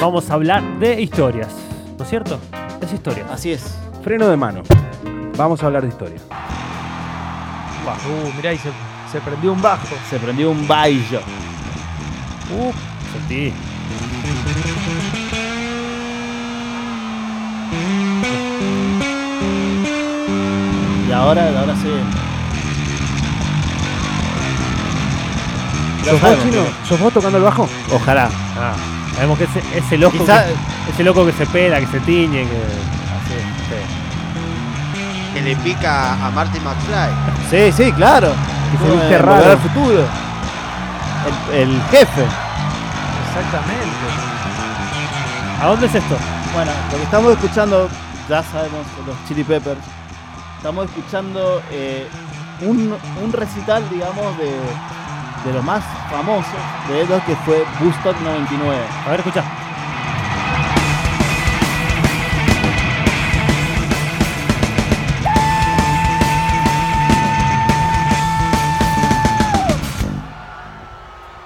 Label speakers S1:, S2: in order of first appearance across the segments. S1: vamos a hablar de historias, ¿no es cierto? Es historia.
S2: Así es.
S3: Ah, Freno de mano. Vamos a hablar de historia.
S4: Uh, mirá, y se, se prendió un bajo.
S2: Se prendió un baillo.
S1: Uh, sentí.
S2: Y ahora, ahora sí. Ya
S3: ¿Sos vos,
S2: sabemos,
S3: Chino?
S2: Chino.
S3: ¿Sos vos tocando el bajo?
S1: Ojalá. Ah, sabemos que ese, ese loco
S2: Quizá-
S1: que, ese loco que se pela, que se tiñe, que.
S5: Que le pica a Marty McFly.
S2: Sí, sí, claro.
S3: Que se
S2: Como
S3: viste
S2: en
S3: raro.
S2: Volver al futuro. El, el jefe.
S4: Exactamente.
S1: ¿A dónde es esto?
S2: Bueno, lo que estamos escuchando, ya sabemos, los Chili Peppers. Estamos escuchando eh, un, un recital, digamos, de, de los más famosos de ellos, que fue Woodstock 99.
S1: A ver, escucha.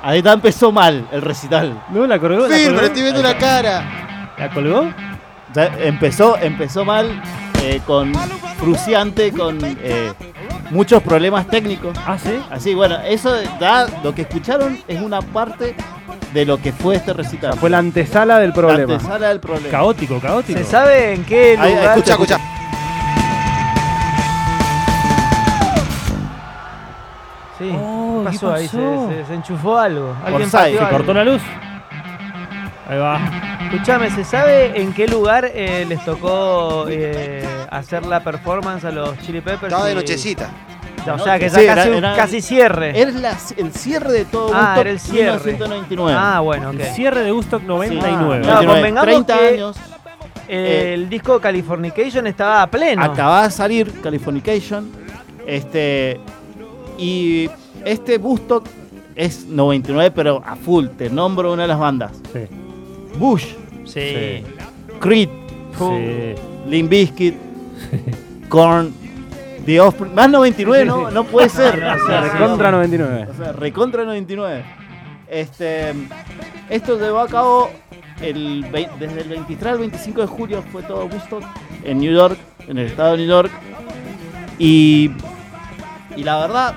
S2: Ahí ya empezó mal el recital.
S1: No, la colgó. la
S5: Phil,
S1: colgó.
S5: pero estoy viendo
S1: Ahí
S5: una
S1: está.
S5: cara.
S1: ¿La colgó?
S2: Ya empezó, empezó mal eh, con Fruciante, con eh, muchos problemas técnicos.
S1: Ah, sí.
S2: Así, bueno, eso ya lo que escucharon es una parte de lo que fue este recital.
S3: Fue la antesala del problema.
S2: La antesala del problema.
S1: Caótico, caótico.
S4: ¿Se sabe en qué
S2: Ahí, ahí,
S4: lugar?
S5: Escucha, escucha.
S4: Sí.
S1: Oh,
S4: ¿Qué
S1: ¿qué
S4: pasó? Ahí se,
S1: pasó?
S4: se desenchufó algo. Alguien
S2: Orsay.
S4: pateó
S2: Se
S1: ¿Se
S4: algo.
S1: cortó la luz? Ahí va.
S4: Escuchame, ¿se sabe en qué lugar eh, les tocó eh, hacer la performance a los Chili Peppers?
S5: Estaba de
S4: Y-
S5: nochecita.
S4: Ya, O sea, que ya
S2: Sí, era-
S4: casi, un-
S2: era-
S4: casi cierre.
S2: Es la- el cierre de todo
S4: Ah,
S2: Woodstock
S4: era el cierre.
S2: 1999.
S4: Ah, bueno, ok.
S1: El cierre de Gustock 99.
S4: Ah, no,
S2: 99.
S4: convengamos
S2: 30
S4: que-
S2: años.
S4: Eh, el disco Californication estaba a pleno.
S2: Acababa de salir Californication. Este, y este Bustock es 99, pero a full. Te nombro una de las bandas.
S1: Sí.
S2: Bush,
S4: Sí.
S2: Creed, Uh.
S1: Sí.
S2: Limp Bizkit, Korn, The Offspring. Más 99 no, no puede ser.
S4: No, no,
S2: O sea,
S4: no,
S3: Contra
S2: no.
S3: 99.
S2: O sea, recontra 99. Este, esto se llevó a cabo el, vei- desde el 23 al 25 de julio, fue todo gusto, en New York, en el estado de New York. Y, y la verdad,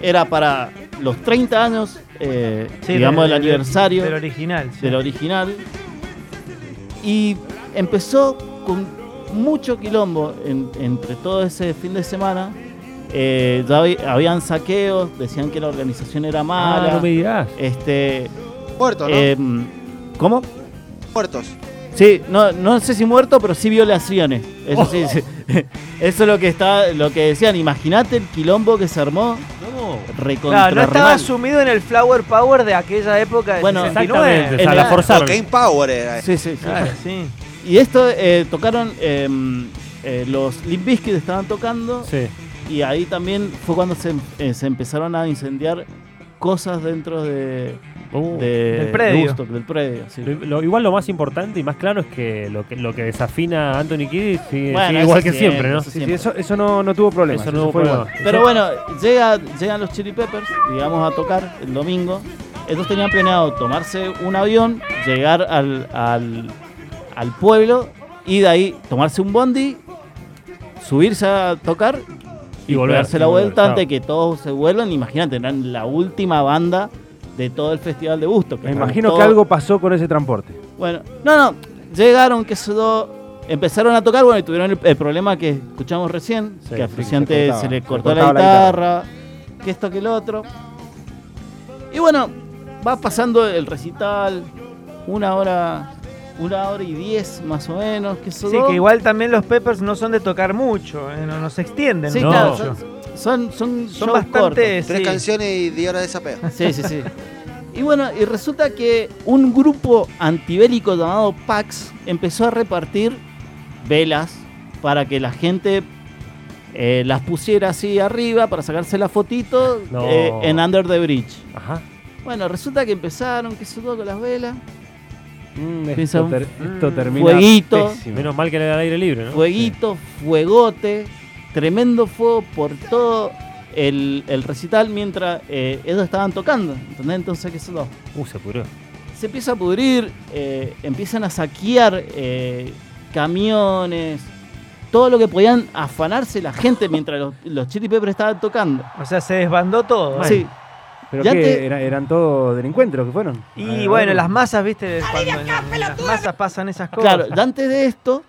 S2: era para los 30 años, eh,
S4: Sí,
S2: digamos,
S4: de-
S2: el
S4: de-
S2: aniversario
S4: Del original. sí.
S2: del original. Y empezó con mucho quilombo en- entre todo ese fin de semana. Eh, ya habi- habían saqueos, decían que la organización era
S1: Ah,
S2: mala.
S1: no me digas.
S2: Este,
S5: Muertos, ¿no?
S2: em, ¿Cómo?
S5: Muertos.
S2: Sí, no, no sé si muerto, pero sí violaciones. Eso sí, sí. Eso es lo que está, lo que decían. Imagínate el quilombo que se armó recontra
S4: Claro, no
S2: re
S4: estaba
S2: mal.
S4: sumido en el flower power de aquella época del
S2: Bueno,
S4: 69.
S1: Exactamente. O sea,
S2: el-
S1: la forzaron.
S5: Game Power era. eh.
S2: Sí, sí, sí.
S4: Claro, sí.
S2: Y esto eh, tocaron eh, eh, los Limp Bizkit estaban tocando
S1: Sí.
S2: y ahí también fue cuando se, eh, se empezaron a incendiar cosas dentro de,
S1: Uh.
S2: de-
S4: Del predio.
S2: de Woodstock, del predio, sí.
S1: Lo- lo- igual lo más importante y más claro es que lo que, lo que desafina Anthony Kiddis sigue,
S2: Bueno,
S1: sigue
S2: eso
S1: igual que
S2: siempre,
S1: siempre, ¿no?
S2: eso
S3: Sí, sí,
S2: Siempre.
S3: eso, eso no, no tuvo problemas.
S1: Eso no hubo
S3: fue
S1: problema.
S3: bueno.
S2: Pero bueno, llega, llegan los Chili Peppers, digamos, a tocar el domingo. Ellos tenían planeado tomarse un avión, llegar al, al, al pueblo y de ahí tomarse un bondi, subirse a tocar
S1: Y
S2: y,
S1: volver,
S2: volverse
S1: y
S2: la
S1: volver,
S2: vuelta antes
S1: claro.
S2: que todos se vuelvan. Imagínate, eran la última banda de todo el festival de gusto.
S3: Me imagino que algo pasó con ese transporte.
S2: Bueno, no, no, llegaron, que se empezaron a tocar, bueno, y tuvieron el, el problema que escuchamos recién,
S1: Sí,
S2: que a
S1: sí,
S2: Fruciante
S3: que se
S2: se, le
S3: cortaba, se
S2: cortó la
S3: cortaba la guitarra.
S2: guitarra, que esto, que el otro. Y bueno, va pasando el recital, una hora, una hora y diez más o menos, que eso
S4: Sí, que igual también los Peppers no son de tocar mucho, eh, no, no se extienden.
S2: Sí,
S1: No.
S2: claro,
S4: mucho.
S2: son, son, son,
S4: Son
S2: shows
S4: bastante.
S5: Tres
S4: sí.
S5: canciones y 10 horas de sapeo.
S2: cortos. Sí, sí, sí. Y bueno, y resulta que un grupo antibélico llamado Pax empezó a repartir velas para que la gente eh, las pusiera así arriba para sacarse la fotito
S1: No.
S2: eh, en Under the Bridge.
S1: Ajá.
S2: Bueno, resulta que empezaron, que se con las velas,
S3: Mm,
S2: Piensa
S3: esto,
S2: un
S3: ter- esto termina
S2: fueguito.
S3: pésimo.
S1: Menos mal que era al aire libre, ¿no?
S2: fueguito, fuegote, tremendo fuego por todo el, el recital mientras eh, ellos estaban tocando. ¿Entendés? Entonces, que se
S1: Uh, se puró.
S2: se empieza a pudrir, eh, empiezan a saquear eh, camiones, todo lo que podían afanarse la gente mientras los, los Chili Peppers estaban tocando.
S4: O sea, se desbandó todo. ¿eh?
S2: Sí,
S3: Pero
S2: Ya
S3: que
S2: te-
S3: era- eran todos delincuentes los que fueron.
S4: Y
S3: Ah,
S4: bueno, las masas, viste, cuando en las, en las masas pasan esas cosas.
S2: claro, antes de esto,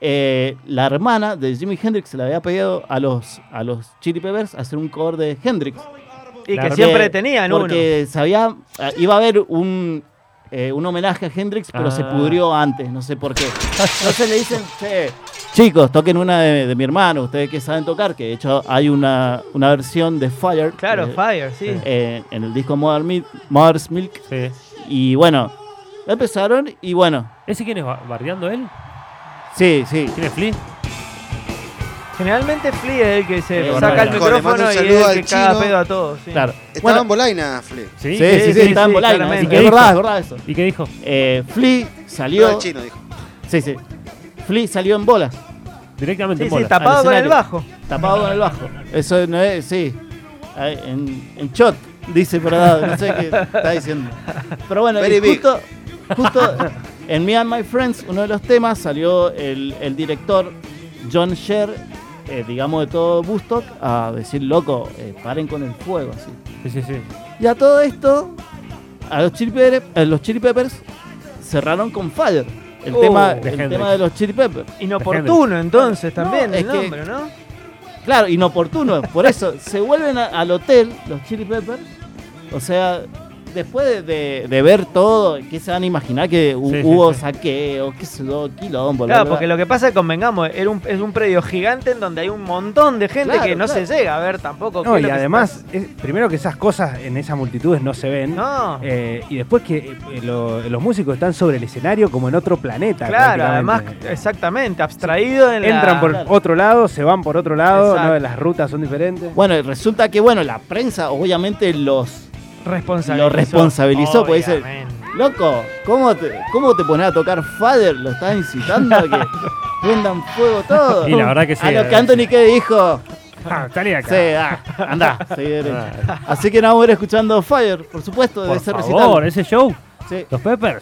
S2: eh, la hermana de Jimi Hendrix se le había pedido a los, a los Chili Peppers hacer un cover de Hendrix.
S4: y que
S3: Claro.
S4: siempre tenían uno.
S2: porque sabía, ah, iba a haber un, eh, un homenaje a Hendrix, pero
S1: Ah.
S2: se pudrió antes, no sé por qué. Entonces le dicen, che, chicos, toquen una de, de mi hermano, ustedes que saben tocar, que de hecho hay una, una versión de Fire.
S4: Claro,
S2: eh,
S4: Fire, sí.
S2: eh, en el disco Mother Mil- Mother's Milk.
S1: Sí.
S2: Y bueno, empezaron y bueno,
S1: ¿Ese quién es? Ba- ¿Bardeando él?
S2: sí, sí.
S1: ¿Quién es Flea?
S4: Generalmente Flea es el que se
S2: Eh,
S4: saca el
S1: bueno,
S5: le mando
S4: micrófono
S5: un
S4: y es
S5: saludo
S4: el
S5: al
S4: que caga
S5: chino.
S4: pedo a todos. sí.
S2: Claro.
S5: Estaba en
S2: Bueno,
S5: Bolaina, Fle.
S1: Sí,
S2: sí, sí, sí,
S4: sí,
S2: está en
S4: sí,
S2: Bolaño, así
S4: claramente.
S1: ¿Y
S2: que
S1: qué
S2: es verdad, es
S1: dijo?
S2: verdad eso.
S1: ¿Y qué dijo?
S2: Eh, Flea
S5: Yo,
S2: salió.
S5: el chino, dijo.
S2: Sí, sí. Flea salió en bolas.
S1: Directamente
S4: Sí,
S1: en
S4: sí,
S1: bola.
S2: Al
S4: tapado con el
S2: escenario.
S4: bajo.
S2: Tapado con el bajo. Eso no es, sí. Ahí, En, en shot, dice verdad, no sé qué está diciendo. Pero bueno,
S5: Very
S2: y
S5: big.
S2: justo, justo en Me and My Friends, uno de los temas, salió el, el director John Sher, eh, digamos de todo Bustock, a decir, loco, eh, paren con el fuego. Así.
S1: Sí, sí, sí.
S2: Y a todo esto, a los Chili Peppers, a los Chili Peppers cerraron con Fire. El,
S4: Oh,
S2: tema,
S1: de
S2: el
S1: Hendrix.
S2: tema de los Chili Peppers.
S4: Inoportuno entonces también
S2: No,
S4: el
S2: es que-
S4: nombre, ¿no?
S2: Claro, inoportuno. Por eso se vuelven a- al hotel los Chili Peppers. O sea, después de, de- de ver todo, que se van a imaginar que hu-
S1: Sí, sí,
S2: hubo
S1: sí.
S2: saqueo, que se dio quilombo. bla,
S4: Claro,
S2: bla,
S4: porque
S2: bla.
S4: lo que pasa, convengamos, era un- es un predio gigante en donde hay un montón de gente
S2: Claro,
S4: que no
S2: claro.
S4: se llega a ver tampoco. qué
S3: No,
S4: es
S3: y
S4: lo que se
S3: además, es- primero que esas cosas en esas multitudes no se ven.
S4: pasa. No,
S3: Eh, y después que eh, lo- los músicos están sobre el escenario como en otro planeta.
S4: claro, además,
S3: prácticamente.
S4: exactamente, abstraído en la-
S3: Entran por
S2: Claro.
S3: otro lado, se van por otro lado,
S4: Exacto.
S3: ¿no? las rutas son diferentes.
S2: Bueno, y resulta que, bueno, la prensa obviamente los...
S4: responsabilizó.
S2: Lo responsabilizó, porque dice-
S4: Obviamente.
S2: Loco, ¿cómo te, cómo te pones a tocar Father? Lo estás incitando a que prendan fuego todo.
S1: Y la verdad que sí,
S2: A
S1: la
S2: lo que
S1: verdad
S2: Anthony que dijo,
S1: Ah, salí de acá.
S2: sí, ah, andá, seguí derecho. Así que no, vamos a ir escuchando Fire, por supuesto, de
S1: Ah. Por
S2: ese
S1: favor,
S2: recital.
S1: ese show.
S2: Sí.
S1: Los Peppers.